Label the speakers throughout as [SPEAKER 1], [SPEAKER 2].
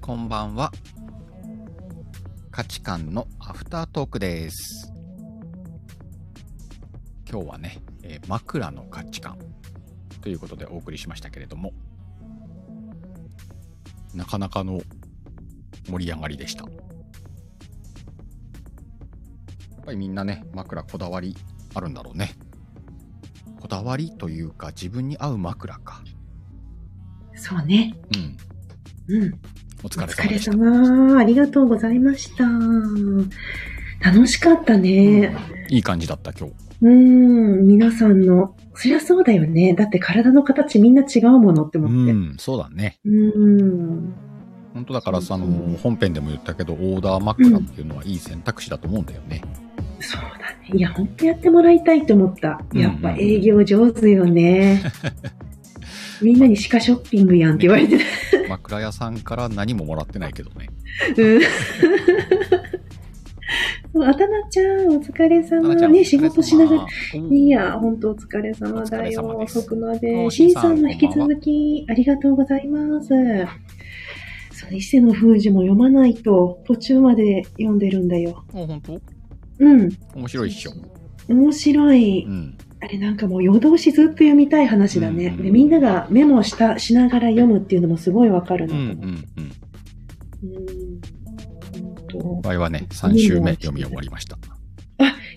[SPEAKER 1] こんばんは。価値観のアフタートークです。今日はね、えー枕の価値観ということでお送りしましたけれども、なかなかの盛り上がりでした。やっぱりみんなね、枕こだわりあるんだろうね。こだわりというか自分に合う枕か。
[SPEAKER 2] そうね。
[SPEAKER 1] うん。
[SPEAKER 2] うん。
[SPEAKER 1] お
[SPEAKER 2] お
[SPEAKER 1] 疲れ様
[SPEAKER 2] 疲
[SPEAKER 1] で
[SPEAKER 2] れ
[SPEAKER 1] した。
[SPEAKER 2] 様。ありがとうございました。楽しかったね。
[SPEAKER 1] いい感じだった今日。
[SPEAKER 2] うん、皆さんの。そりゃそうだよね。だって体の形みんな違うものって
[SPEAKER 1] う
[SPEAKER 2] 思って。
[SPEAKER 1] ん、そうだね。
[SPEAKER 2] うん。
[SPEAKER 1] 本当だからさ、あ
[SPEAKER 2] そう
[SPEAKER 1] の
[SPEAKER 2] そう
[SPEAKER 1] 本編でも言ったけどオーダー枕っていうのはいい選択肢だと思うんだよね、
[SPEAKER 2] そうだね。いや、ほんとやってもらいたいと思った。やっぱ営業上手よ ね。みんなにシカショッピングやんって言われてた。
[SPEAKER 1] 枕屋さんから何ももらってないけどね
[SPEAKER 2] うんそうあたなちゃん、お疲れ様。ね、仕事しながら。いや、
[SPEAKER 1] ん
[SPEAKER 2] 本当お疲れ様
[SPEAKER 1] お疲
[SPEAKER 2] だ
[SPEAKER 1] れ
[SPEAKER 2] よ。
[SPEAKER 1] 様です
[SPEAKER 2] 遅くま
[SPEAKER 1] お
[SPEAKER 2] で。
[SPEAKER 1] しん
[SPEAKER 2] しん
[SPEAKER 1] さん
[SPEAKER 2] さんも引き続き、ありがとうございます。そう、伊勢の封じも読まないと、途中まで読んでるんだよ。
[SPEAKER 1] お本当
[SPEAKER 2] うん。
[SPEAKER 1] 面白いっしょ
[SPEAKER 2] 面白い。
[SPEAKER 1] うん
[SPEAKER 2] あれなんかもう夜通しずっと読みたい話だね。
[SPEAKER 1] うん
[SPEAKER 2] でみんながメモした、しながら読むっていうのもすごいわかる
[SPEAKER 1] うんう
[SPEAKER 2] なと思って。
[SPEAKER 1] んうん
[SPEAKER 2] うんほんと
[SPEAKER 1] 場合はね3週目読み終わりました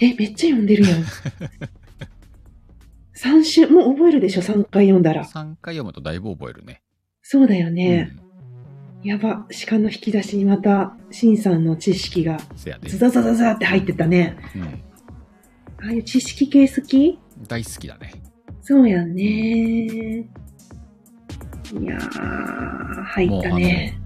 [SPEAKER 2] え、めっちゃ読んでるや ん。3週、もう覚えるでしょ ?3 回読んだら。
[SPEAKER 1] 3回読むとだいぶ覚えるね
[SPEAKER 2] そうだよね。やば、鹿の引き出しにまた、シンさんの知識が、
[SPEAKER 1] うん、せやで、
[SPEAKER 2] ズザザザザって入ってたね。
[SPEAKER 1] うん、
[SPEAKER 2] ああいう知識系好き
[SPEAKER 1] 大好きだね
[SPEAKER 2] そうやんね。いやー、入ったね。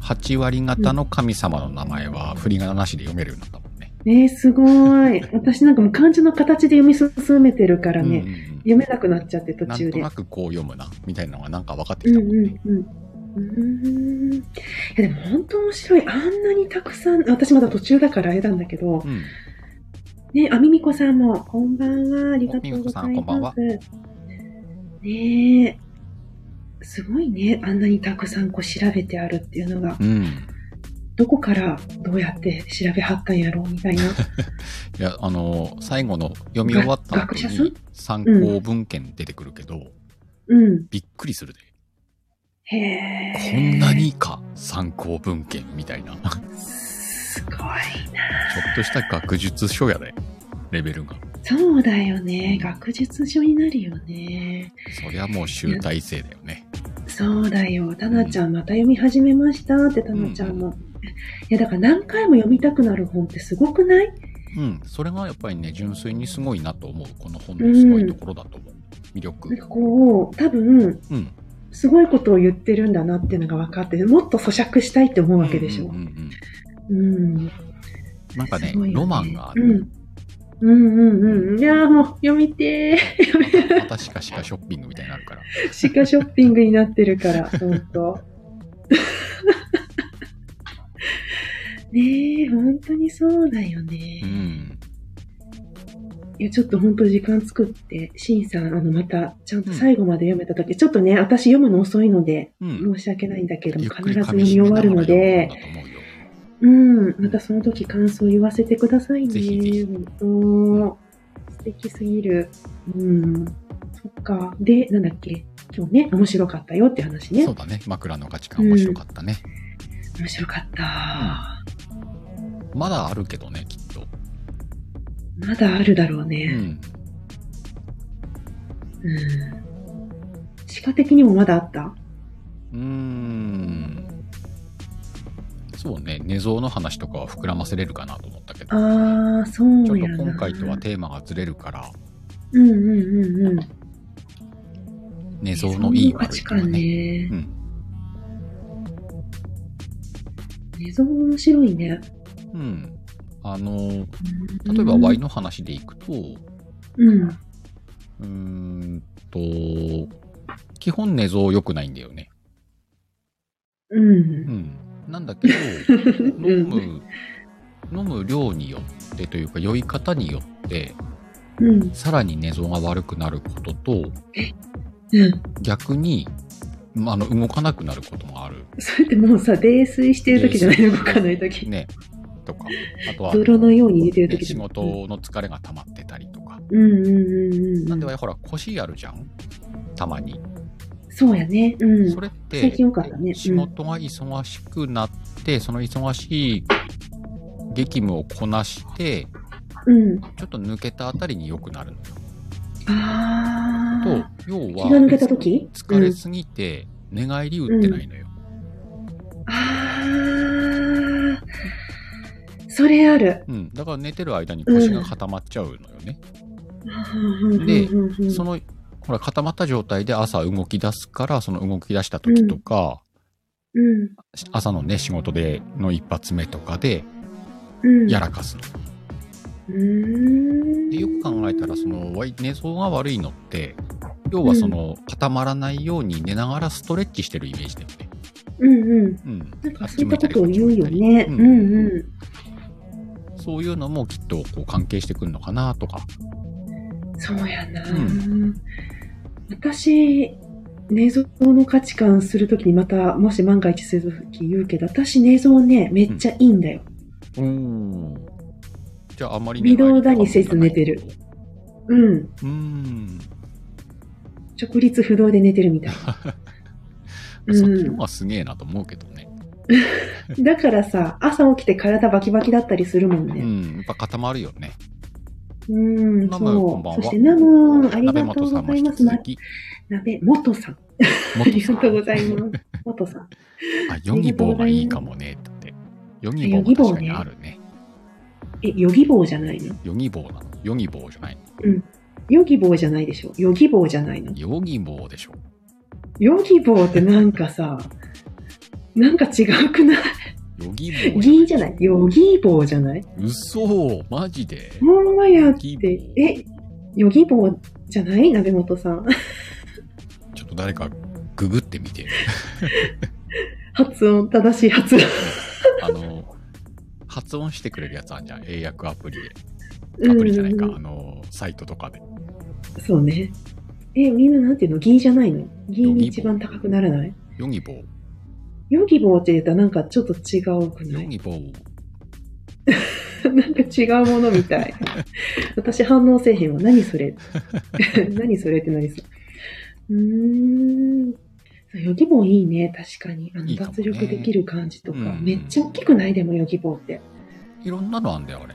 [SPEAKER 1] 8割方の神様の名前は振り仮名なしで読めるようになったもんね
[SPEAKER 2] ねすごい。私なんかもう漢字の形で読み進めてるからね、
[SPEAKER 1] うんうん
[SPEAKER 2] 読めなくなっちゃって
[SPEAKER 1] う
[SPEAKER 2] 途
[SPEAKER 1] ん、なん
[SPEAKER 2] 中
[SPEAKER 1] と
[SPEAKER 2] で。
[SPEAKER 1] なくこう読むなみたいなのがなんか分かって
[SPEAKER 2] う
[SPEAKER 1] き
[SPEAKER 2] ん
[SPEAKER 1] た
[SPEAKER 2] う
[SPEAKER 1] もんね
[SPEAKER 2] んうん。うーんいやでも本当面白い。あんなにたくさん、私まだ途中だからあれなんだけど、
[SPEAKER 1] うん
[SPEAKER 2] ね、あみみこさんも、こんばんは、ありがとうござ
[SPEAKER 1] あみみこさん
[SPEAKER 2] い
[SPEAKER 1] こんばんは
[SPEAKER 2] ます。ねえ、すごいね、あんなにたくさんこう調べてあるっていうのが、
[SPEAKER 1] うん
[SPEAKER 2] どこからどうやって調べはったんやろうみた いな。
[SPEAKER 1] いや、あの、最後の読み終わった後
[SPEAKER 2] 学者さん
[SPEAKER 1] に参考文献出てくるけど、
[SPEAKER 2] うん。
[SPEAKER 1] びっくりするで。
[SPEAKER 2] へ
[SPEAKER 1] こ
[SPEAKER 2] え。
[SPEAKER 1] んなにか参考文献みたいな。ちょっ
[SPEAKER 2] すごいな。
[SPEAKER 1] とした学術書やで、レベルが。
[SPEAKER 2] そうだよね。学術書になるよね。
[SPEAKER 1] そりゃもう集大成だよね。
[SPEAKER 2] そうだよ。たなちゃん、また読み始めましたって、たなちゃんも。いや、だから何回も読みたくなる本ってすごくない
[SPEAKER 1] うん、それがやっぱりね、純粋にすごいなと思う。この本のすごいところだと思う。魅
[SPEAKER 2] なん
[SPEAKER 1] 力。
[SPEAKER 2] かこう、多分、
[SPEAKER 1] うん。
[SPEAKER 2] すごいことを言ってるんだなっていうのが分かって、もっと咀嚼したいって思うわけでし
[SPEAKER 1] う
[SPEAKER 2] ょ
[SPEAKER 1] んう。んうん
[SPEAKER 2] うん。
[SPEAKER 1] うんなんかね
[SPEAKER 2] すごいよ
[SPEAKER 1] ロマンがある。。
[SPEAKER 2] うん、うん、うんうん。いやー、もう、読みて
[SPEAKER 1] またまたしかしかショッピングみたいになるから。
[SPEAKER 2] ー。 シカショッピングになってるから、ほんと。 ねえ、本当にそうだよね。
[SPEAKER 1] うん。
[SPEAKER 2] いや、ちょっと本当時間作って、シンさん、あの、また、ちゃんと最後まで読めたとき、ちょっとね、私読むの遅いので、
[SPEAKER 1] うん。
[SPEAKER 2] 申し訳ないんだけども、
[SPEAKER 1] ゆっ
[SPEAKER 2] 必
[SPEAKER 1] く
[SPEAKER 2] ず
[SPEAKER 1] り噛
[SPEAKER 2] 読み
[SPEAKER 1] み
[SPEAKER 2] 終
[SPEAKER 1] 締めな
[SPEAKER 2] わ
[SPEAKER 1] がら
[SPEAKER 2] るの
[SPEAKER 1] 読むん
[SPEAKER 2] で
[SPEAKER 1] だ、と思うよ。
[SPEAKER 2] うん、またその時感想言わせてくださいね。
[SPEAKER 1] ぜひぜひ
[SPEAKER 2] 本当素敵すぎる。うん。そっか。で、なんだっけ。今日ね、面白かったよって話ね
[SPEAKER 1] そう。だね。枕の価値観面白かったね。
[SPEAKER 2] 面白かった。
[SPEAKER 1] まだあるけどね、きっと。
[SPEAKER 2] まだあるだろう
[SPEAKER 1] う
[SPEAKER 2] ね。
[SPEAKER 1] ん。
[SPEAKER 2] うん。歯科的にもまだあった
[SPEAKER 1] うーん。そうね、寝相の話とかは膨らませれるかなと思ったけど、
[SPEAKER 2] ああ、そう
[SPEAKER 1] ちょっと
[SPEAKER 2] やな。
[SPEAKER 1] 今回とはテーマがずれるから、
[SPEAKER 2] うんうんうんうん。
[SPEAKER 1] 寝相のいい
[SPEAKER 2] 寝
[SPEAKER 1] 悪い
[SPEAKER 2] 相価値
[SPEAKER 1] とか
[SPEAKER 2] 観
[SPEAKER 1] ね。
[SPEAKER 2] ね
[SPEAKER 1] う。ん。
[SPEAKER 2] 寝相面白いね。
[SPEAKER 1] うん。あの、
[SPEAKER 2] うん
[SPEAKER 1] 例えばワイの話でいくと、う
[SPEAKER 2] うん。
[SPEAKER 1] ーんと、基本寝相良くないんだよね。
[SPEAKER 2] うん
[SPEAKER 1] う。ん。なんだけど、飲
[SPEAKER 2] う
[SPEAKER 1] む、飲む量によってというか、酔い方によって、
[SPEAKER 2] うん。
[SPEAKER 1] さらに寝相が悪くなることと、
[SPEAKER 2] うん。
[SPEAKER 1] 逆にまあ、あの動かなくなることもある
[SPEAKER 2] それってもうさ、泥酔してる時じゃない動かない時。
[SPEAKER 1] ねとかあとは、
[SPEAKER 2] 泥のように寝てる
[SPEAKER 1] ね
[SPEAKER 2] 時
[SPEAKER 1] 仕
[SPEAKER 2] じゃない
[SPEAKER 1] 事の疲れが溜まってたりとか、
[SPEAKER 2] うんうんうんうん。
[SPEAKER 1] なんではほら腰やるじゃんたまに、
[SPEAKER 2] そうやね。うん。
[SPEAKER 1] それって
[SPEAKER 2] 最近多かったねうん
[SPEAKER 1] 仕事が忙しくなってその忙しい激務をこなして
[SPEAKER 2] うん。
[SPEAKER 1] ちょっと抜けたあたりに良くなるの
[SPEAKER 2] あ
[SPEAKER 1] と
[SPEAKER 2] あ。
[SPEAKER 1] 要
[SPEAKER 2] 気が抜けた
[SPEAKER 1] は
[SPEAKER 2] 時
[SPEAKER 1] 疲れ
[SPEAKER 2] うん
[SPEAKER 1] すぎて寝返り打ってないのよ、
[SPEAKER 2] ああ。それある。
[SPEAKER 1] うんだから寝てる間に腰が固まっちゃうのよね、でそ
[SPEAKER 2] の、
[SPEAKER 1] のほら固まった状態で朝動き出すからその動き出した時とか、
[SPEAKER 2] うん
[SPEAKER 1] 朝のね仕事での一発目とかで
[SPEAKER 2] うん、
[SPEAKER 1] やらかすの、
[SPEAKER 2] うーん。
[SPEAKER 1] でよく考えたらそのわい寝相が悪いのって要はその固まらないように寝ながらストレッチしてるイメージだよね。
[SPEAKER 2] うんうん。
[SPEAKER 1] うん、
[SPEAKER 2] なん
[SPEAKER 1] あ
[SPEAKER 2] か
[SPEAKER 1] っ
[SPEAKER 2] そう
[SPEAKER 1] ち
[SPEAKER 2] いっ
[SPEAKER 1] 向
[SPEAKER 2] た
[SPEAKER 1] た
[SPEAKER 2] こ
[SPEAKER 1] り
[SPEAKER 2] とを言うよね。
[SPEAKER 1] こ
[SPEAKER 2] う
[SPEAKER 1] っ
[SPEAKER 2] ん
[SPEAKER 1] ち向いたりうん
[SPEAKER 2] う
[SPEAKER 1] そういうのもきっとこう関係してくるのかなとか。
[SPEAKER 2] ん。そうやな。
[SPEAKER 1] う
[SPEAKER 2] 私、寝相の価値観するときにまた、もし万が一するとき言うけど、私寝相ね、めっちゃいいんだよ。
[SPEAKER 1] じゃああんまり
[SPEAKER 2] 微動だにせず寝てる。うん。
[SPEAKER 1] うん。
[SPEAKER 2] 直立不動で寝てるみたいな。う
[SPEAKER 1] そっちの方
[SPEAKER 2] ん、
[SPEAKER 1] がすげえなと思うけどね。
[SPEAKER 2] だからさ、朝起きて体バキバキだったりするもん
[SPEAKER 1] う
[SPEAKER 2] ね。
[SPEAKER 1] ん。やっぱ固まるよね。
[SPEAKER 2] うん、
[SPEAKER 1] ナムこ
[SPEAKER 2] そ
[SPEAKER 1] んばんは
[SPEAKER 2] う。そして、ナムーン、あり
[SPEAKER 1] 鍋
[SPEAKER 2] がと
[SPEAKER 1] 本
[SPEAKER 2] う
[SPEAKER 1] さんも
[SPEAKER 2] ござい
[SPEAKER 1] 引
[SPEAKER 2] ま
[SPEAKER 1] き
[SPEAKER 2] す。な
[SPEAKER 1] 続き。
[SPEAKER 2] 鍋、元さん。あ
[SPEAKER 1] もっ
[SPEAKER 2] りがとうござい
[SPEAKER 1] す。
[SPEAKER 2] ます。元さん。
[SPEAKER 1] あ、ヨギボーがいいかもね。だって。ヨギボーも確かにあるね。
[SPEAKER 2] え、ヨギ棒じゃないの
[SPEAKER 1] ヨギボーなの。ヨギボーじゃないの。
[SPEAKER 2] ヨギ棒じゃないでしょヨギ棒じゃないの
[SPEAKER 1] ヨギボーでしょ。
[SPEAKER 2] ヨギ棒ってなんかさ、なんか違くない
[SPEAKER 1] ヨギボー。
[SPEAKER 2] ギーじゃないヨギ棒じゃない
[SPEAKER 1] 嘘マジで
[SPEAKER 2] ほんまやっ
[SPEAKER 1] ヨギ
[SPEAKER 2] て。
[SPEAKER 1] 棒
[SPEAKER 2] え、ヨギ棒じゃない鍋本さん。
[SPEAKER 1] ちょっと誰かググってみて。
[SPEAKER 2] 発音、正しい発音。
[SPEAKER 1] あの、発音してくれるやつあんじゃん。英訳アプリで。
[SPEAKER 2] う
[SPEAKER 1] ア
[SPEAKER 2] ん
[SPEAKER 1] プリじゃないか。あの、サイトとかで。
[SPEAKER 2] そうね。え、みんななんていうのギーじゃないのギーに一番高くならない
[SPEAKER 1] ヨギボー。
[SPEAKER 2] ヨギ棒って言ったらなんかちょっと違うくな
[SPEAKER 1] ヨ
[SPEAKER 2] い
[SPEAKER 1] ギボー。
[SPEAKER 2] なんか違うものみ たい。私反応せえへんわ。何それ 何それってなりそう。うーん。そうヨギ棒いいね。確かに。あ
[SPEAKER 1] い
[SPEAKER 2] の、
[SPEAKER 1] いかも
[SPEAKER 2] 脱
[SPEAKER 1] ね
[SPEAKER 2] 力できる感じとか。
[SPEAKER 1] うん
[SPEAKER 2] めっちゃ大きくないでも、ヨギ棒って。
[SPEAKER 1] いろんなのあんだよ、あれ。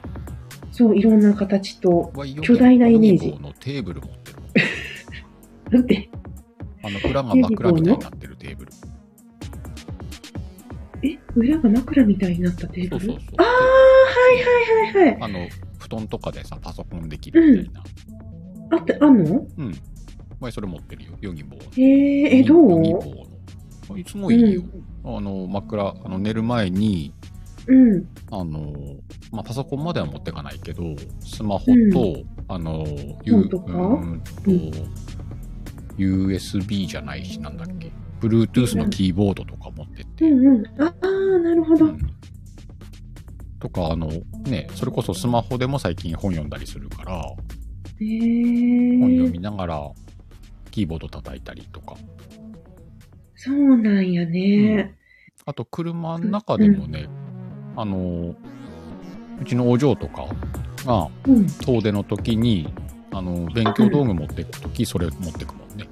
[SPEAKER 2] そう、いろんな形と。
[SPEAKER 1] わヨギ
[SPEAKER 2] 巨大なイメージ
[SPEAKER 1] ヨギボーのテーブル持ってる。
[SPEAKER 2] だって、
[SPEAKER 1] あ の、裏が枕みたいになってるテーブル。
[SPEAKER 2] え、裏が枕みたいになったテー
[SPEAKER 1] そ
[SPEAKER 2] ブ
[SPEAKER 1] う
[SPEAKER 2] ル
[SPEAKER 1] そうそう。
[SPEAKER 2] ああ、はいはいはいはい。
[SPEAKER 1] あの、布団とかでさ、パソコンできるみたいな。
[SPEAKER 2] あって、あんの
[SPEAKER 1] うん。前それ持ってるよ、ヨギボーの。
[SPEAKER 2] えー、え、ど
[SPEAKER 1] ヨギボ
[SPEAKER 2] う
[SPEAKER 1] ーの。あすごいいいよ。あの、枕、あの、寝る前に、
[SPEAKER 2] うん。
[SPEAKER 1] あの、まあ、パソコンまでは持ってかないけど、スマホと、
[SPEAKER 2] うん
[SPEAKER 1] あの、
[SPEAKER 2] 本とか
[SPEAKER 1] ーんと、
[SPEAKER 2] う
[SPEAKER 1] USB じゃないし、なんだっけ、Bluetooth のキーボードとか持ってって、
[SPEAKER 2] うんうん。ああ、なるほど。
[SPEAKER 1] うんとか、あの、ね、それこそスマホでも最近本読んだりするから、
[SPEAKER 2] え
[SPEAKER 1] 本読
[SPEAKER 2] ー、
[SPEAKER 1] みながら、キーボード叩いたりとか、
[SPEAKER 2] そうなんやね。
[SPEAKER 1] あと車の中でもね、あの、うちのお嬢とかが、
[SPEAKER 2] うん。
[SPEAKER 1] 遠出の時にあの勉強道具持ってく時それ持ってくもんね、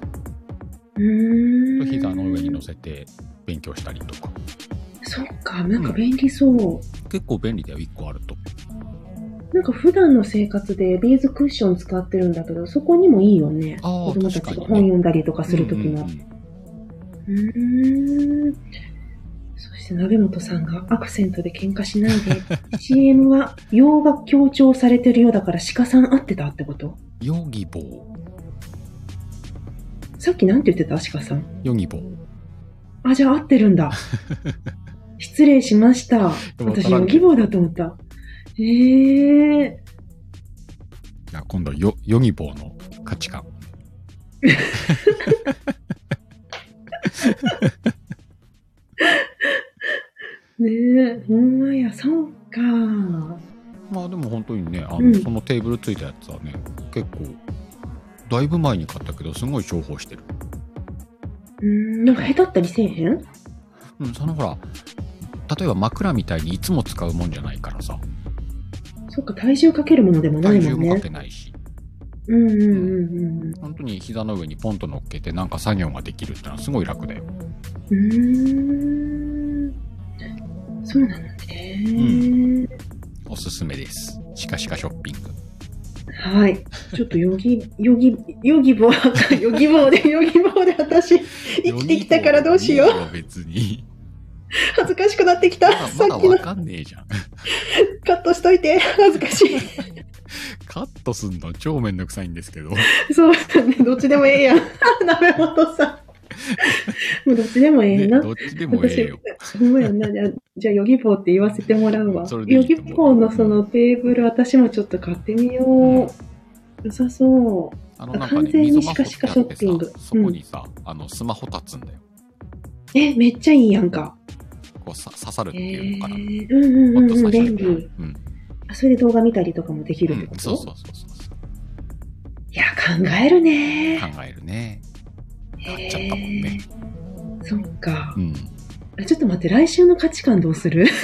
[SPEAKER 2] うーん。
[SPEAKER 1] 膝の上に乗せて勉強したりとか
[SPEAKER 2] そっか、なんか便利そう。
[SPEAKER 1] 結構便利だよ1個あると
[SPEAKER 2] なんか普段の生活でビーズクッション使ってるんだけど、そこにもいいよね。
[SPEAKER 1] あー
[SPEAKER 2] 子供たちが
[SPEAKER 1] 確かにね
[SPEAKER 2] 本読んだりとかするとき
[SPEAKER 1] う
[SPEAKER 2] も
[SPEAKER 1] んう。ん
[SPEAKER 2] うーん。そして、鍋本さんがアクセントで喧嘩しない で、CM は洋が強調されてるようだから鹿さん合ってたってこと
[SPEAKER 1] うんヨギボー
[SPEAKER 2] さっきなんて言ってた鹿さん。
[SPEAKER 1] ヨギボー
[SPEAKER 2] あ、じゃあ合って るんだ。失礼しました。
[SPEAKER 1] でも
[SPEAKER 2] 私、
[SPEAKER 1] わから
[SPEAKER 2] ヨ
[SPEAKER 1] ん
[SPEAKER 2] ギ棒だと思った。ええー。
[SPEAKER 1] じゃあ今度ヨヨギボーの価値観
[SPEAKER 2] ねえ、ほんまや、そうか。
[SPEAKER 1] まあでも本当にねあの、
[SPEAKER 2] うん
[SPEAKER 1] そのテーブルついたやつはね結構だいぶ前に買ったけどすごい重宝してる
[SPEAKER 2] うーん、なんか下手ったりせえへん
[SPEAKER 1] うん、そのほら例えば枕みたいにいつも使うもんじゃないからさ
[SPEAKER 2] そっか、体重かけるものでもな
[SPEAKER 1] 体
[SPEAKER 2] い
[SPEAKER 1] 重
[SPEAKER 2] も
[SPEAKER 1] も
[SPEAKER 2] ん
[SPEAKER 1] か
[SPEAKER 2] ね。
[SPEAKER 1] けないし
[SPEAKER 2] うんうんうんうん。う
[SPEAKER 1] 本当に膝の上にポンと乗っけてなんか作業ができるってのはすごい楽だよ
[SPEAKER 2] ーん。そうなのね。
[SPEAKER 1] おすすめですシカシカショッピング
[SPEAKER 2] はい。ちょっとヨギ、ヨギ、ヨギ棒、 ヨギ棒で、ヨギ棒で私、生きてきたからどうしよ。
[SPEAKER 1] いういよ別に
[SPEAKER 2] 恥ずかしくなってき
[SPEAKER 1] ま
[SPEAKER 2] た。
[SPEAKER 1] だ
[SPEAKER 2] さ
[SPEAKER 1] まだ
[SPEAKER 2] っきの
[SPEAKER 1] わかんねえじゃん
[SPEAKER 2] カットしといて。恥ずかしい。
[SPEAKER 1] カットすんの超めんどくさいんですけど
[SPEAKER 2] そうだね。どっちでもええやん。 鍋本さん。もうどっちでもええ
[SPEAKER 1] ね
[SPEAKER 2] な。
[SPEAKER 1] どっちでもええよ
[SPEAKER 2] 私ほんまやな。じゃあ、じゃあヨギ棒って言わせてもらうわ。
[SPEAKER 1] それでい
[SPEAKER 2] ヨ
[SPEAKER 1] いと思
[SPEAKER 2] ギ
[SPEAKER 1] う
[SPEAKER 2] 棒のそのテーブル、私もちょっと買ってみよう。良さそう。
[SPEAKER 1] あのなんか
[SPEAKER 2] 完
[SPEAKER 1] ね
[SPEAKER 2] 全に
[SPEAKER 1] 溝が掘ってあって
[SPEAKER 2] シカシカショッピング
[SPEAKER 1] さそこにさ、あのスマホ立つんだよ
[SPEAKER 2] え、めっちゃいいやんか。
[SPEAKER 1] こうさ刺さるっ
[SPEAKER 2] え
[SPEAKER 1] ていうのかな、
[SPEAKER 2] ー、うんうんうんうん、
[SPEAKER 1] 最
[SPEAKER 2] 便
[SPEAKER 1] 初に
[SPEAKER 2] 利。
[SPEAKER 1] うん
[SPEAKER 2] あそれで動画見たりとかもできる
[SPEAKER 1] う
[SPEAKER 2] ってこ
[SPEAKER 1] ん、
[SPEAKER 2] と、
[SPEAKER 1] そうそうそうそう
[SPEAKER 2] いや、考えるね。
[SPEAKER 1] 考えるね買っちゃったもんね
[SPEAKER 2] えー。そっか
[SPEAKER 1] う。ん
[SPEAKER 2] あちょっと待って、来週の価値観どうする
[SPEAKER 1] そ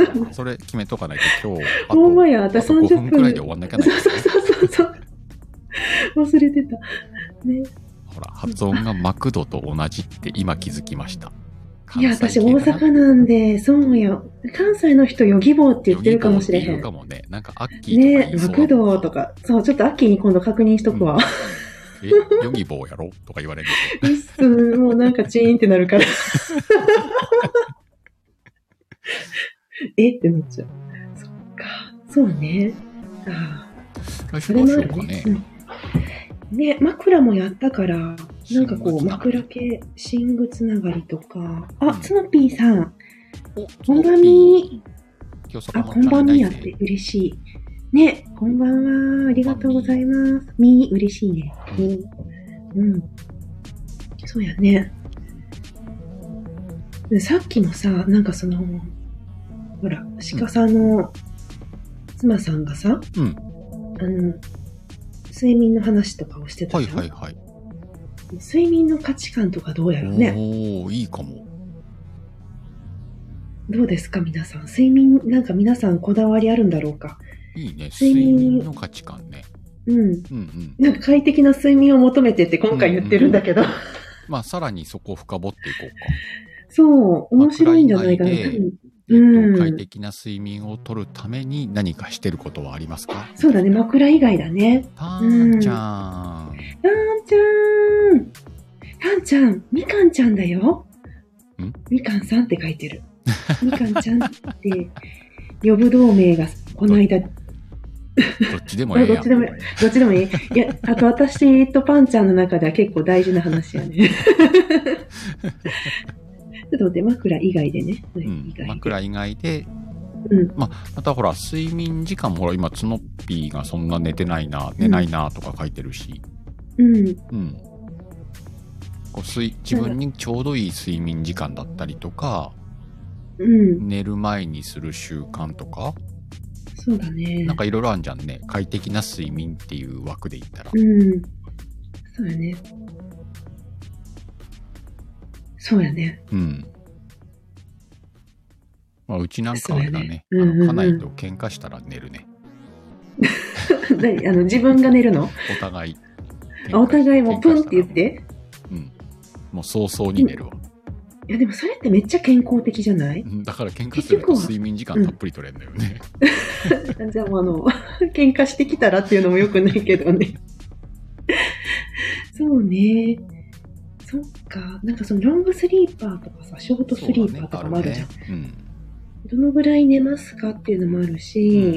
[SPEAKER 1] うやなそれ決めとかないと 今日あ
[SPEAKER 2] ほんま
[SPEAKER 1] と
[SPEAKER 2] や、私
[SPEAKER 1] あと5
[SPEAKER 2] 30分。
[SPEAKER 1] 分くらいで終わんなきゃな
[SPEAKER 2] そ
[SPEAKER 1] いう
[SPEAKER 2] そうそうそうそう。忘れてた。ね、
[SPEAKER 1] ほら発音がマクドと同じって今気づきました
[SPEAKER 2] いや、私大
[SPEAKER 1] 関西系だな
[SPEAKER 2] 阪なんで、そうや。関西の人、ヨギ棒って言ってるかもしれへ
[SPEAKER 1] ヨギボーって言うんか。もねなんかアッキー
[SPEAKER 2] ね
[SPEAKER 1] とか言いそう
[SPEAKER 2] マクドと
[SPEAKER 1] か
[SPEAKER 2] か。そう、ちょっとアッキーに今度確認しと くわ。
[SPEAKER 1] えヨギボーやろとか言われる
[SPEAKER 2] うっすもうなんかチーンってなるから。 えってなっちゃう。そっか。そうね。ああ、
[SPEAKER 1] 来週
[SPEAKER 2] そ
[SPEAKER 1] ど
[SPEAKER 2] れ
[SPEAKER 1] う
[SPEAKER 2] も
[SPEAKER 1] し
[SPEAKER 2] あ
[SPEAKER 1] よ
[SPEAKER 2] る
[SPEAKER 1] うか
[SPEAKER 2] ね
[SPEAKER 1] ね。
[SPEAKER 2] うんね、枕もやったから、なんかこう、
[SPEAKER 1] 寝具つながり
[SPEAKER 2] 枕系、寝具つながりとか。
[SPEAKER 1] う
[SPEAKER 2] あ、
[SPEAKER 1] ん
[SPEAKER 2] ツノピーさん。
[SPEAKER 1] お
[SPEAKER 2] こんばんみ
[SPEAKER 1] 今日坂
[SPEAKER 2] あ、こ
[SPEAKER 1] 本
[SPEAKER 2] ん
[SPEAKER 1] ちゃ
[SPEAKER 2] ば
[SPEAKER 1] ん
[SPEAKER 2] ん
[SPEAKER 1] い
[SPEAKER 2] み
[SPEAKER 1] な
[SPEAKER 2] や
[SPEAKER 1] い
[SPEAKER 2] っ
[SPEAKER 1] ね
[SPEAKER 2] て嬉しい。ね、こんばんは。ありがとうございます。みー、嬉しいね。みー。うん。そうやね。でさっきのさ、なんかその、ほら、鹿さんの妻さんがさ、
[SPEAKER 1] うん
[SPEAKER 2] あの、睡眠の話とかをしてた
[SPEAKER 1] は
[SPEAKER 2] じ
[SPEAKER 1] い
[SPEAKER 2] ゃん、
[SPEAKER 1] はいはい
[SPEAKER 2] 睡眠の価値観とかどうやろうね。
[SPEAKER 1] おおいいかも
[SPEAKER 2] どうですか、皆さん。睡眠、なんか皆さんこだわりあるんだろうか。
[SPEAKER 1] いいね
[SPEAKER 2] 睡
[SPEAKER 1] 睡
[SPEAKER 2] 眠
[SPEAKER 1] 眠の価値観ね
[SPEAKER 2] うん。
[SPEAKER 1] うんうん
[SPEAKER 2] なんか快適な睡眠を求めてって今回言ってるんだけど、
[SPEAKER 1] まあさらにそこを深掘っていこうか
[SPEAKER 2] そう、面白いんじゃないかな。
[SPEAKER 1] 枕以外で
[SPEAKER 2] 多分
[SPEAKER 1] えっ
[SPEAKER 2] うん
[SPEAKER 1] と快適な睡眠をとるために何かしてることはありますか
[SPEAKER 2] そうだね、枕以外だね。
[SPEAKER 1] たーんちゃん、
[SPEAKER 2] たんちゃんたんちゃんみかんちゃんだよ
[SPEAKER 1] ん
[SPEAKER 2] みかんさんって書いてる。みかんちゃんって、呼ぶ同盟がこの間、ど
[SPEAKER 1] どっちでもええやん
[SPEAKER 2] どっちでもえっちでもいいいや、あと私とパンちゃんの中では結構大事な話や ね。ちょっと待って、枕以外でね。
[SPEAKER 1] うん
[SPEAKER 2] 以外で
[SPEAKER 1] 枕以外で、
[SPEAKER 2] うん
[SPEAKER 1] まあ、またほら睡眠時間もほら今ツノッピーがそんな寝てないな寝ないなとか書いてるし、
[SPEAKER 2] うん。
[SPEAKER 1] うんこう睡自分にちょうどいい睡眠時間だったりとか
[SPEAKER 2] うん。
[SPEAKER 1] 寝る前にする習慣とか
[SPEAKER 2] そうだね。
[SPEAKER 1] なんかいろいろあるじゃんね快適な睡眠っていう枠で言ったら
[SPEAKER 2] うん。そうやね。そうやね。
[SPEAKER 1] うん。まあ、うちなんかあれだね。
[SPEAKER 2] そうやねうんうんうん
[SPEAKER 1] あの家内と喧嘩したら寝るね。
[SPEAKER 2] 何あの、自分が寝るの
[SPEAKER 1] お互い。
[SPEAKER 2] あお互いもうプンって言
[SPEAKER 1] 喧
[SPEAKER 2] っ。
[SPEAKER 1] 嘩してたら。うん。もう早々に寝るわ。
[SPEAKER 2] いや、でもそれってめっちゃ健康的じゃ ない
[SPEAKER 1] うんだから喧嘩すると睡眠時間たっぷり取れるんだよね。
[SPEAKER 2] じゃあもうあの、 喧嘩してきたらっていうのもよくないけどね。 そうね。そっか。なんかそのロングスリーパーとかさ、ショートスリーパーとかもあるじゃん。
[SPEAKER 1] そうだね
[SPEAKER 2] どのぐらい寝ますかっていうのもあ
[SPEAKER 1] あ
[SPEAKER 2] る
[SPEAKER 1] るねうん。
[SPEAKER 2] し、
[SPEAKER 1] うん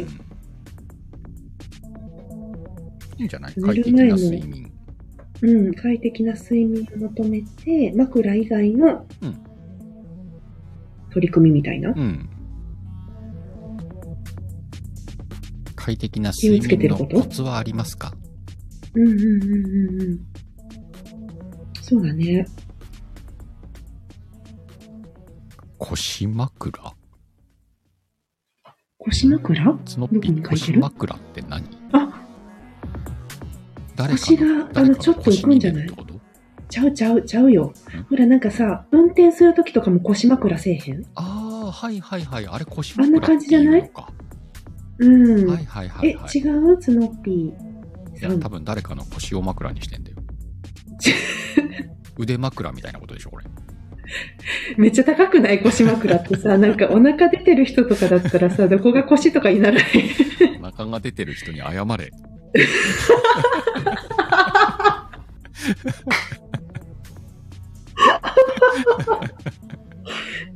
[SPEAKER 1] いいんじゃない
[SPEAKER 2] 寝
[SPEAKER 1] 快
[SPEAKER 2] る
[SPEAKER 1] 適
[SPEAKER 2] 前
[SPEAKER 1] な
[SPEAKER 2] の
[SPEAKER 1] 睡眠。
[SPEAKER 2] うん、快適な睡眠を求めて、枕以外の
[SPEAKER 1] うん
[SPEAKER 2] 取り組みみたいな。
[SPEAKER 1] うん。快適な
[SPEAKER 2] 気を
[SPEAKER 1] 睡
[SPEAKER 2] つけて
[SPEAKER 1] 眠
[SPEAKER 2] る
[SPEAKER 1] の
[SPEAKER 2] こと
[SPEAKER 1] コツはありますか
[SPEAKER 2] うんうんうんうんうん。そうだね。
[SPEAKER 1] 腰枕
[SPEAKER 2] 腰枕
[SPEAKER 1] スノッピー
[SPEAKER 2] どこに書いて
[SPEAKER 1] 腰
[SPEAKER 2] る
[SPEAKER 1] 枕って何
[SPEAKER 2] あ、
[SPEAKER 1] 誰か
[SPEAKER 2] 腰があの
[SPEAKER 1] 誰か
[SPEAKER 2] ちょっと浮くんじゃな
[SPEAKER 1] 腰に入れる
[SPEAKER 2] い
[SPEAKER 1] ってこと
[SPEAKER 2] ちゃうちゃうちゃうよ。ほらなんかさ、運転するときとかも腰枕せえへん
[SPEAKER 1] ああ、はいはいはい。あれ腰
[SPEAKER 2] あん
[SPEAKER 1] 枕
[SPEAKER 2] な感じじゃない
[SPEAKER 1] ってうのか
[SPEAKER 2] うん。
[SPEAKER 1] はいはいはい、
[SPEAKER 2] え、
[SPEAKER 1] はい。
[SPEAKER 2] 違うツノッピー
[SPEAKER 1] い
[SPEAKER 2] さ
[SPEAKER 1] や、
[SPEAKER 2] ん。
[SPEAKER 1] 多分誰かの腰を枕にして んだよ。腕枕みたいなことでしょ、これ。
[SPEAKER 2] めっちゃ高くない腰枕って さ、なんかお腹出てる人とかだったらさ、どこが腰とかにならない。
[SPEAKER 1] お腹が出てる人に謝れ。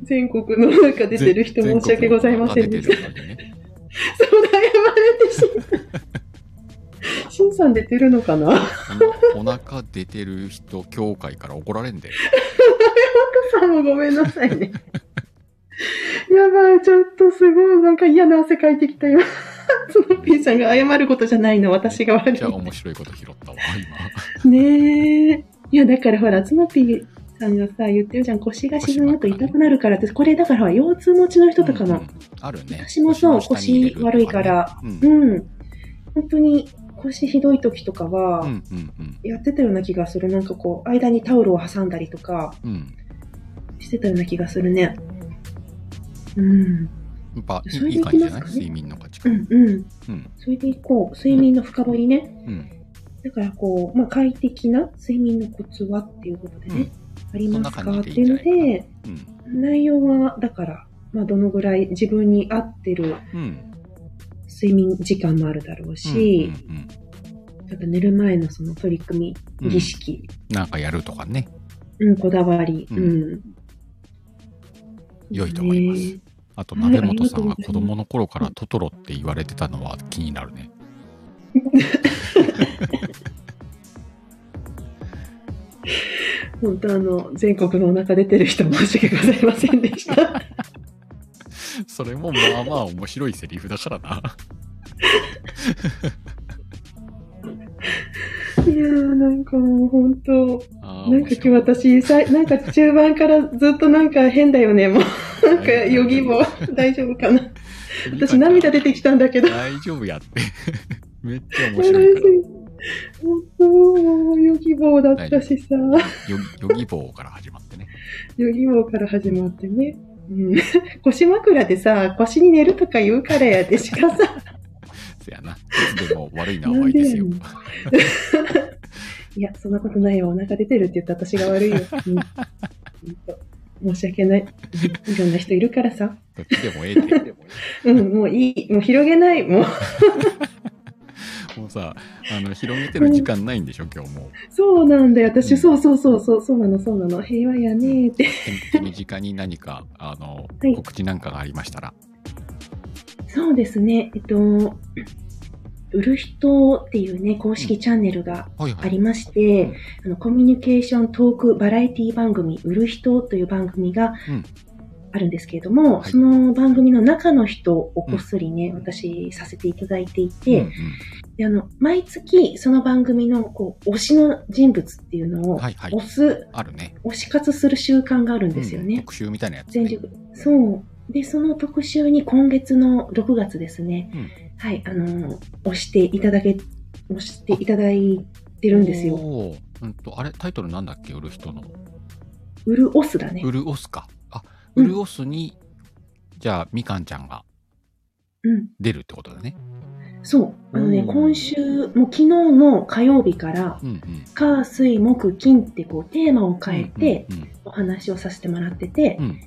[SPEAKER 2] 全国のなんか出てる人申し訳ございませんで
[SPEAKER 1] で
[SPEAKER 2] した。
[SPEAKER 1] した。ね、
[SPEAKER 2] そうだ、謝れてしん。しんさん出てるのかな
[SPEAKER 1] おお腹出てる人協会から怒られんで。
[SPEAKER 2] さんもごめんなさいね。 やばい、ちょっとすごい、なんか嫌な汗かいてきたよ。その P さんが謝ることじゃないの、私が悪
[SPEAKER 1] じゃあ面白いこと拾ったわ、
[SPEAKER 2] い。ねえ。いや、だからほら、つのぴーさんがさ、言ってるじゃん、腰が沈むと痛くなるからって、これだからほら腰痛持ちの人
[SPEAKER 1] 今。
[SPEAKER 2] とか
[SPEAKER 1] う
[SPEAKER 2] も
[SPEAKER 1] んう、んあるね。
[SPEAKER 2] 私もそう
[SPEAKER 1] の下に入れるとね
[SPEAKER 2] 腰悪いから。
[SPEAKER 1] うん。
[SPEAKER 2] うん、本当に腰ひどい時とかは、
[SPEAKER 1] うんうんうん
[SPEAKER 2] やってたような気がする。なんかこう、間にタオルを挟んだりとか
[SPEAKER 1] うん。
[SPEAKER 2] してたような気がするね。うん。
[SPEAKER 1] やっぱい
[SPEAKER 2] それ
[SPEAKER 1] い
[SPEAKER 2] で
[SPEAKER 1] いい
[SPEAKER 2] いき
[SPEAKER 1] 感じじゃ
[SPEAKER 2] ます
[SPEAKER 1] ない
[SPEAKER 2] かね
[SPEAKER 1] 睡眠の価値
[SPEAKER 2] う
[SPEAKER 1] 観。
[SPEAKER 2] んうん。
[SPEAKER 1] うん。
[SPEAKER 2] それでいこう。睡眠の深掘りね。
[SPEAKER 1] うん。
[SPEAKER 2] だからこう、まあ、快適な睡眠のコツはっていうことでね、あります
[SPEAKER 1] そん
[SPEAKER 2] か
[SPEAKER 1] な
[SPEAKER 2] っ
[SPEAKER 1] 感
[SPEAKER 2] て
[SPEAKER 1] じで
[SPEAKER 2] い
[SPEAKER 1] いいんじゃ
[SPEAKER 2] うの
[SPEAKER 1] ないかな
[SPEAKER 2] で、
[SPEAKER 1] うん。
[SPEAKER 2] 内容は、だから、まあ、どのぐらい自分に合ってる
[SPEAKER 1] うん。
[SPEAKER 2] 睡眠時間もあるだろうし、
[SPEAKER 1] うんうん
[SPEAKER 2] あと寝る前のその取り組
[SPEAKER 1] うん
[SPEAKER 2] み、儀式、
[SPEAKER 1] なんかやるとかね。
[SPEAKER 2] うん、こだわり、
[SPEAKER 1] う
[SPEAKER 2] うんん。
[SPEAKER 1] 良いと思います
[SPEAKER 2] ねえ。
[SPEAKER 1] あと、
[SPEAKER 2] はい
[SPEAKER 1] 鍋本さん
[SPEAKER 2] あ
[SPEAKER 1] が
[SPEAKER 2] りが
[SPEAKER 1] 子
[SPEAKER 2] とうござい
[SPEAKER 1] 供
[SPEAKER 2] ます
[SPEAKER 1] の頃からトトロって言われてたのは気になるね。
[SPEAKER 2] 本当あの、全国のお腹出てる人申し訳ございませんでした。
[SPEAKER 1] それもまあまあ面白いセリフだからな。
[SPEAKER 2] いやー、なんかもう本当、
[SPEAKER 1] あー
[SPEAKER 2] なんか今日、
[SPEAKER 1] 面白い
[SPEAKER 2] 私、さいなんか中盤からずっとなんか変だよね、もう。なんかヨギボ ー、大丈夫かな。私涙出てきたんだけど。
[SPEAKER 1] 大丈夫やって。 めっちゃ面
[SPEAKER 2] 本
[SPEAKER 1] 白いから。
[SPEAKER 2] 当、もうヨギボーだったしさ、
[SPEAKER 1] ヨヨギボーから始まってね。
[SPEAKER 2] ヨギボーから始まってね。うん、 腰枕でさ、腰に寝るとか言うからやでしか さ、
[SPEAKER 1] せやな。いつでも悪いのはワイですよ。
[SPEAKER 2] なんいや、そんなことないよ、お腹出てるって言った私が悪いよ。うん本当申し訳ない。うんいろんな人いるからさ。
[SPEAKER 1] どっちでもええって。
[SPEAKER 2] うん、もういい。もう広げない。もう、
[SPEAKER 1] もうさ、あの、広げてる時間ないんでしょ、今日もう。
[SPEAKER 2] そうなんだよ。
[SPEAKER 1] う
[SPEAKER 2] 私、
[SPEAKER 1] ん
[SPEAKER 2] そうそうそうそう、そうなの、そうなの。平和やねーって。
[SPEAKER 1] 手身近に何か、あの、
[SPEAKER 2] はい
[SPEAKER 1] 告知なんかがありましたら。
[SPEAKER 2] そうですね。えっと、売る人っていうね、公式チャンネルが
[SPEAKER 1] はいは
[SPEAKER 2] あ
[SPEAKER 1] い。
[SPEAKER 2] りまし
[SPEAKER 1] うん
[SPEAKER 2] て、あのコミュニケーショントークバラエティ番組、売る人という番組が
[SPEAKER 1] うん
[SPEAKER 2] あるんですけれども、
[SPEAKER 1] はい
[SPEAKER 2] その番組の中の人をこっそりね、私させていただいていて、
[SPEAKER 1] うん
[SPEAKER 2] であの毎月その番組のこう推しの人物っていう
[SPEAKER 1] う
[SPEAKER 2] の
[SPEAKER 1] ん
[SPEAKER 2] を
[SPEAKER 1] はいはい
[SPEAKER 2] 推。す、
[SPEAKER 1] あるね。
[SPEAKER 2] 推し活する習慣があるんですよね。
[SPEAKER 1] うん特集みたいなやつ、ね。
[SPEAKER 2] 全力、そう。で、その特集に今月の6月ですね、
[SPEAKER 1] うん
[SPEAKER 2] はい、あのー、押していただけ、押していただいてるんですよ。
[SPEAKER 1] おー。うんと、あれ、タイトルなんだっけ、売る人の。
[SPEAKER 2] ウルオスだね
[SPEAKER 1] ウ。ルオスか。あ、
[SPEAKER 2] う
[SPEAKER 1] ウ
[SPEAKER 2] ん
[SPEAKER 1] ルオスに、じゃあ、みかんちゃんが
[SPEAKER 2] うん。
[SPEAKER 1] 出るってことだね。
[SPEAKER 2] そう。あのね、
[SPEAKER 1] うん
[SPEAKER 2] 今週、もう昨日の火曜日から、
[SPEAKER 1] うんうん。
[SPEAKER 2] 火、水、木、金ってこうテーマを変えて
[SPEAKER 1] うん
[SPEAKER 2] お話をさせてもらってて
[SPEAKER 1] う、ん、うん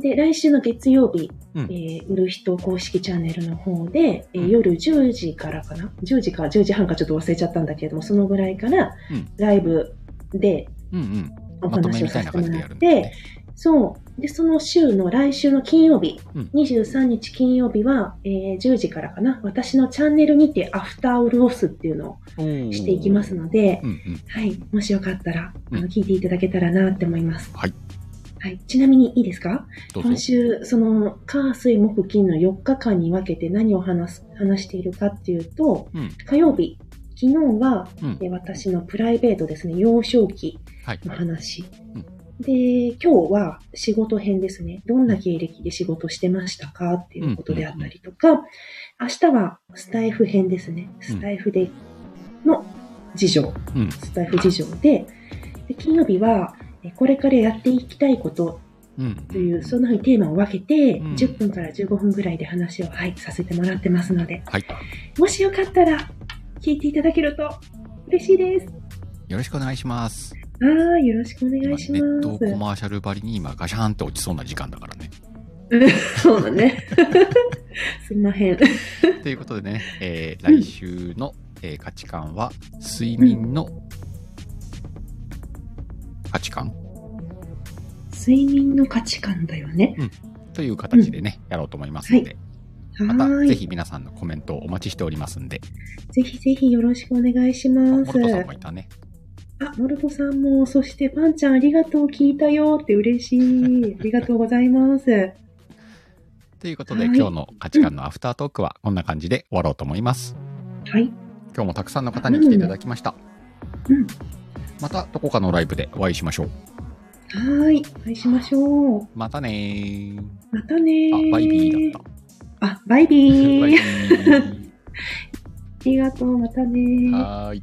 [SPEAKER 2] で、来週の月曜日、
[SPEAKER 1] うん
[SPEAKER 2] えー売る人公式チャンネルの方で、えー
[SPEAKER 1] うん
[SPEAKER 2] 夜10時からかな ?10 時か10時半かちょっと忘れちゃったんだけれども、そのぐらいから
[SPEAKER 1] うん、
[SPEAKER 2] ライブで
[SPEAKER 1] うんうん。
[SPEAKER 2] お
[SPEAKER 1] まとめ
[SPEAKER 2] 話を
[SPEAKER 1] みた
[SPEAKER 2] さ
[SPEAKER 1] い
[SPEAKER 2] せ
[SPEAKER 1] な
[SPEAKER 2] て
[SPEAKER 1] 感
[SPEAKER 2] も
[SPEAKER 1] じで
[SPEAKER 2] ら
[SPEAKER 1] や
[SPEAKER 2] っ
[SPEAKER 1] るんだ
[SPEAKER 2] て、
[SPEAKER 1] ね。
[SPEAKER 2] そう。で、その週の来週の金曜日、
[SPEAKER 1] うん
[SPEAKER 2] 23日金曜日は、えー10時からかな、私のチャンネルにてアフターオルオスっていうの
[SPEAKER 1] おー
[SPEAKER 2] をしていきます。ので、
[SPEAKER 1] うんうん。
[SPEAKER 2] はい。もしよかったら、あ
[SPEAKER 1] うん
[SPEAKER 2] の聞いていただけたらなって思います。
[SPEAKER 1] はい。
[SPEAKER 2] はい。ちなみにいいですか
[SPEAKER 1] どうぞ
[SPEAKER 2] 今。週、その、火、水、木、金の4日間に分けて何を話す、話しているかっていうと、
[SPEAKER 1] うん
[SPEAKER 2] 火曜日、昨日は、
[SPEAKER 1] うん
[SPEAKER 2] えー私のプライベートですね、幼少期
[SPEAKER 1] はい
[SPEAKER 2] の
[SPEAKER 1] はい。
[SPEAKER 2] 話。
[SPEAKER 1] うん
[SPEAKER 2] で、今日は仕事編ですね。どんな経歴で仕事してましたかっていうことであったりとか、明日はスタイフ編ですね。スタイフでの事情、
[SPEAKER 1] うん
[SPEAKER 2] スタイフ事情で、で金曜日はえこれからやっていきたいこと
[SPEAKER 1] うん
[SPEAKER 2] というそんなふうにテーマを分けて、
[SPEAKER 1] うん
[SPEAKER 2] 10分から15分ぐらいで話を、はい、させてもらってますので
[SPEAKER 1] はい
[SPEAKER 2] もしよかったら聞いていただけると嬉しいです。
[SPEAKER 1] よろしくお願いします
[SPEAKER 2] ああ、よろしくお願いしま
[SPEAKER 1] 今ネット
[SPEAKER 2] す
[SPEAKER 1] コ。マーシャルばりに今ガシャンって落ちそうな時間だからね
[SPEAKER 2] そうだね。 すんまへん。
[SPEAKER 1] ということでね、えー
[SPEAKER 2] うん
[SPEAKER 1] 来週の、えー価値観は睡眠の価値観
[SPEAKER 2] 睡眠の価値観だよね。
[SPEAKER 1] という形でね、やろうと思いますので、
[SPEAKER 2] は
[SPEAKER 1] また
[SPEAKER 2] ー
[SPEAKER 1] ぜ
[SPEAKER 2] い。
[SPEAKER 1] ひ皆さんのコメントをお待ちしておりますんで、
[SPEAKER 2] ぜひぜひよろしくお願いし
[SPEAKER 1] あ
[SPEAKER 2] ま
[SPEAKER 1] モ
[SPEAKER 2] す。
[SPEAKER 1] ルトさんもいたね。
[SPEAKER 2] あ、モルトさんも、そしてパンちゃんありがとう聞いたよって嬉しい。ありがとうございます。
[SPEAKER 1] ということで、
[SPEAKER 2] はい
[SPEAKER 1] 今日の価値観のアフタートークはこんな感じで終わろうと思います。
[SPEAKER 2] はい。
[SPEAKER 1] 今日もたくさんの方に来ていただきました。
[SPEAKER 2] うん。
[SPEAKER 1] またどこかのライブでお会いしましょう。
[SPEAKER 2] はーい。お会いしましょう。
[SPEAKER 1] またねー。
[SPEAKER 2] またねー。
[SPEAKER 1] あ、バイビーだった。
[SPEAKER 2] あ、バイビ
[SPEAKER 1] バイビ
[SPEAKER 2] ー。あ
[SPEAKER 1] ー。
[SPEAKER 2] りがとう。またねー。
[SPEAKER 1] はーい。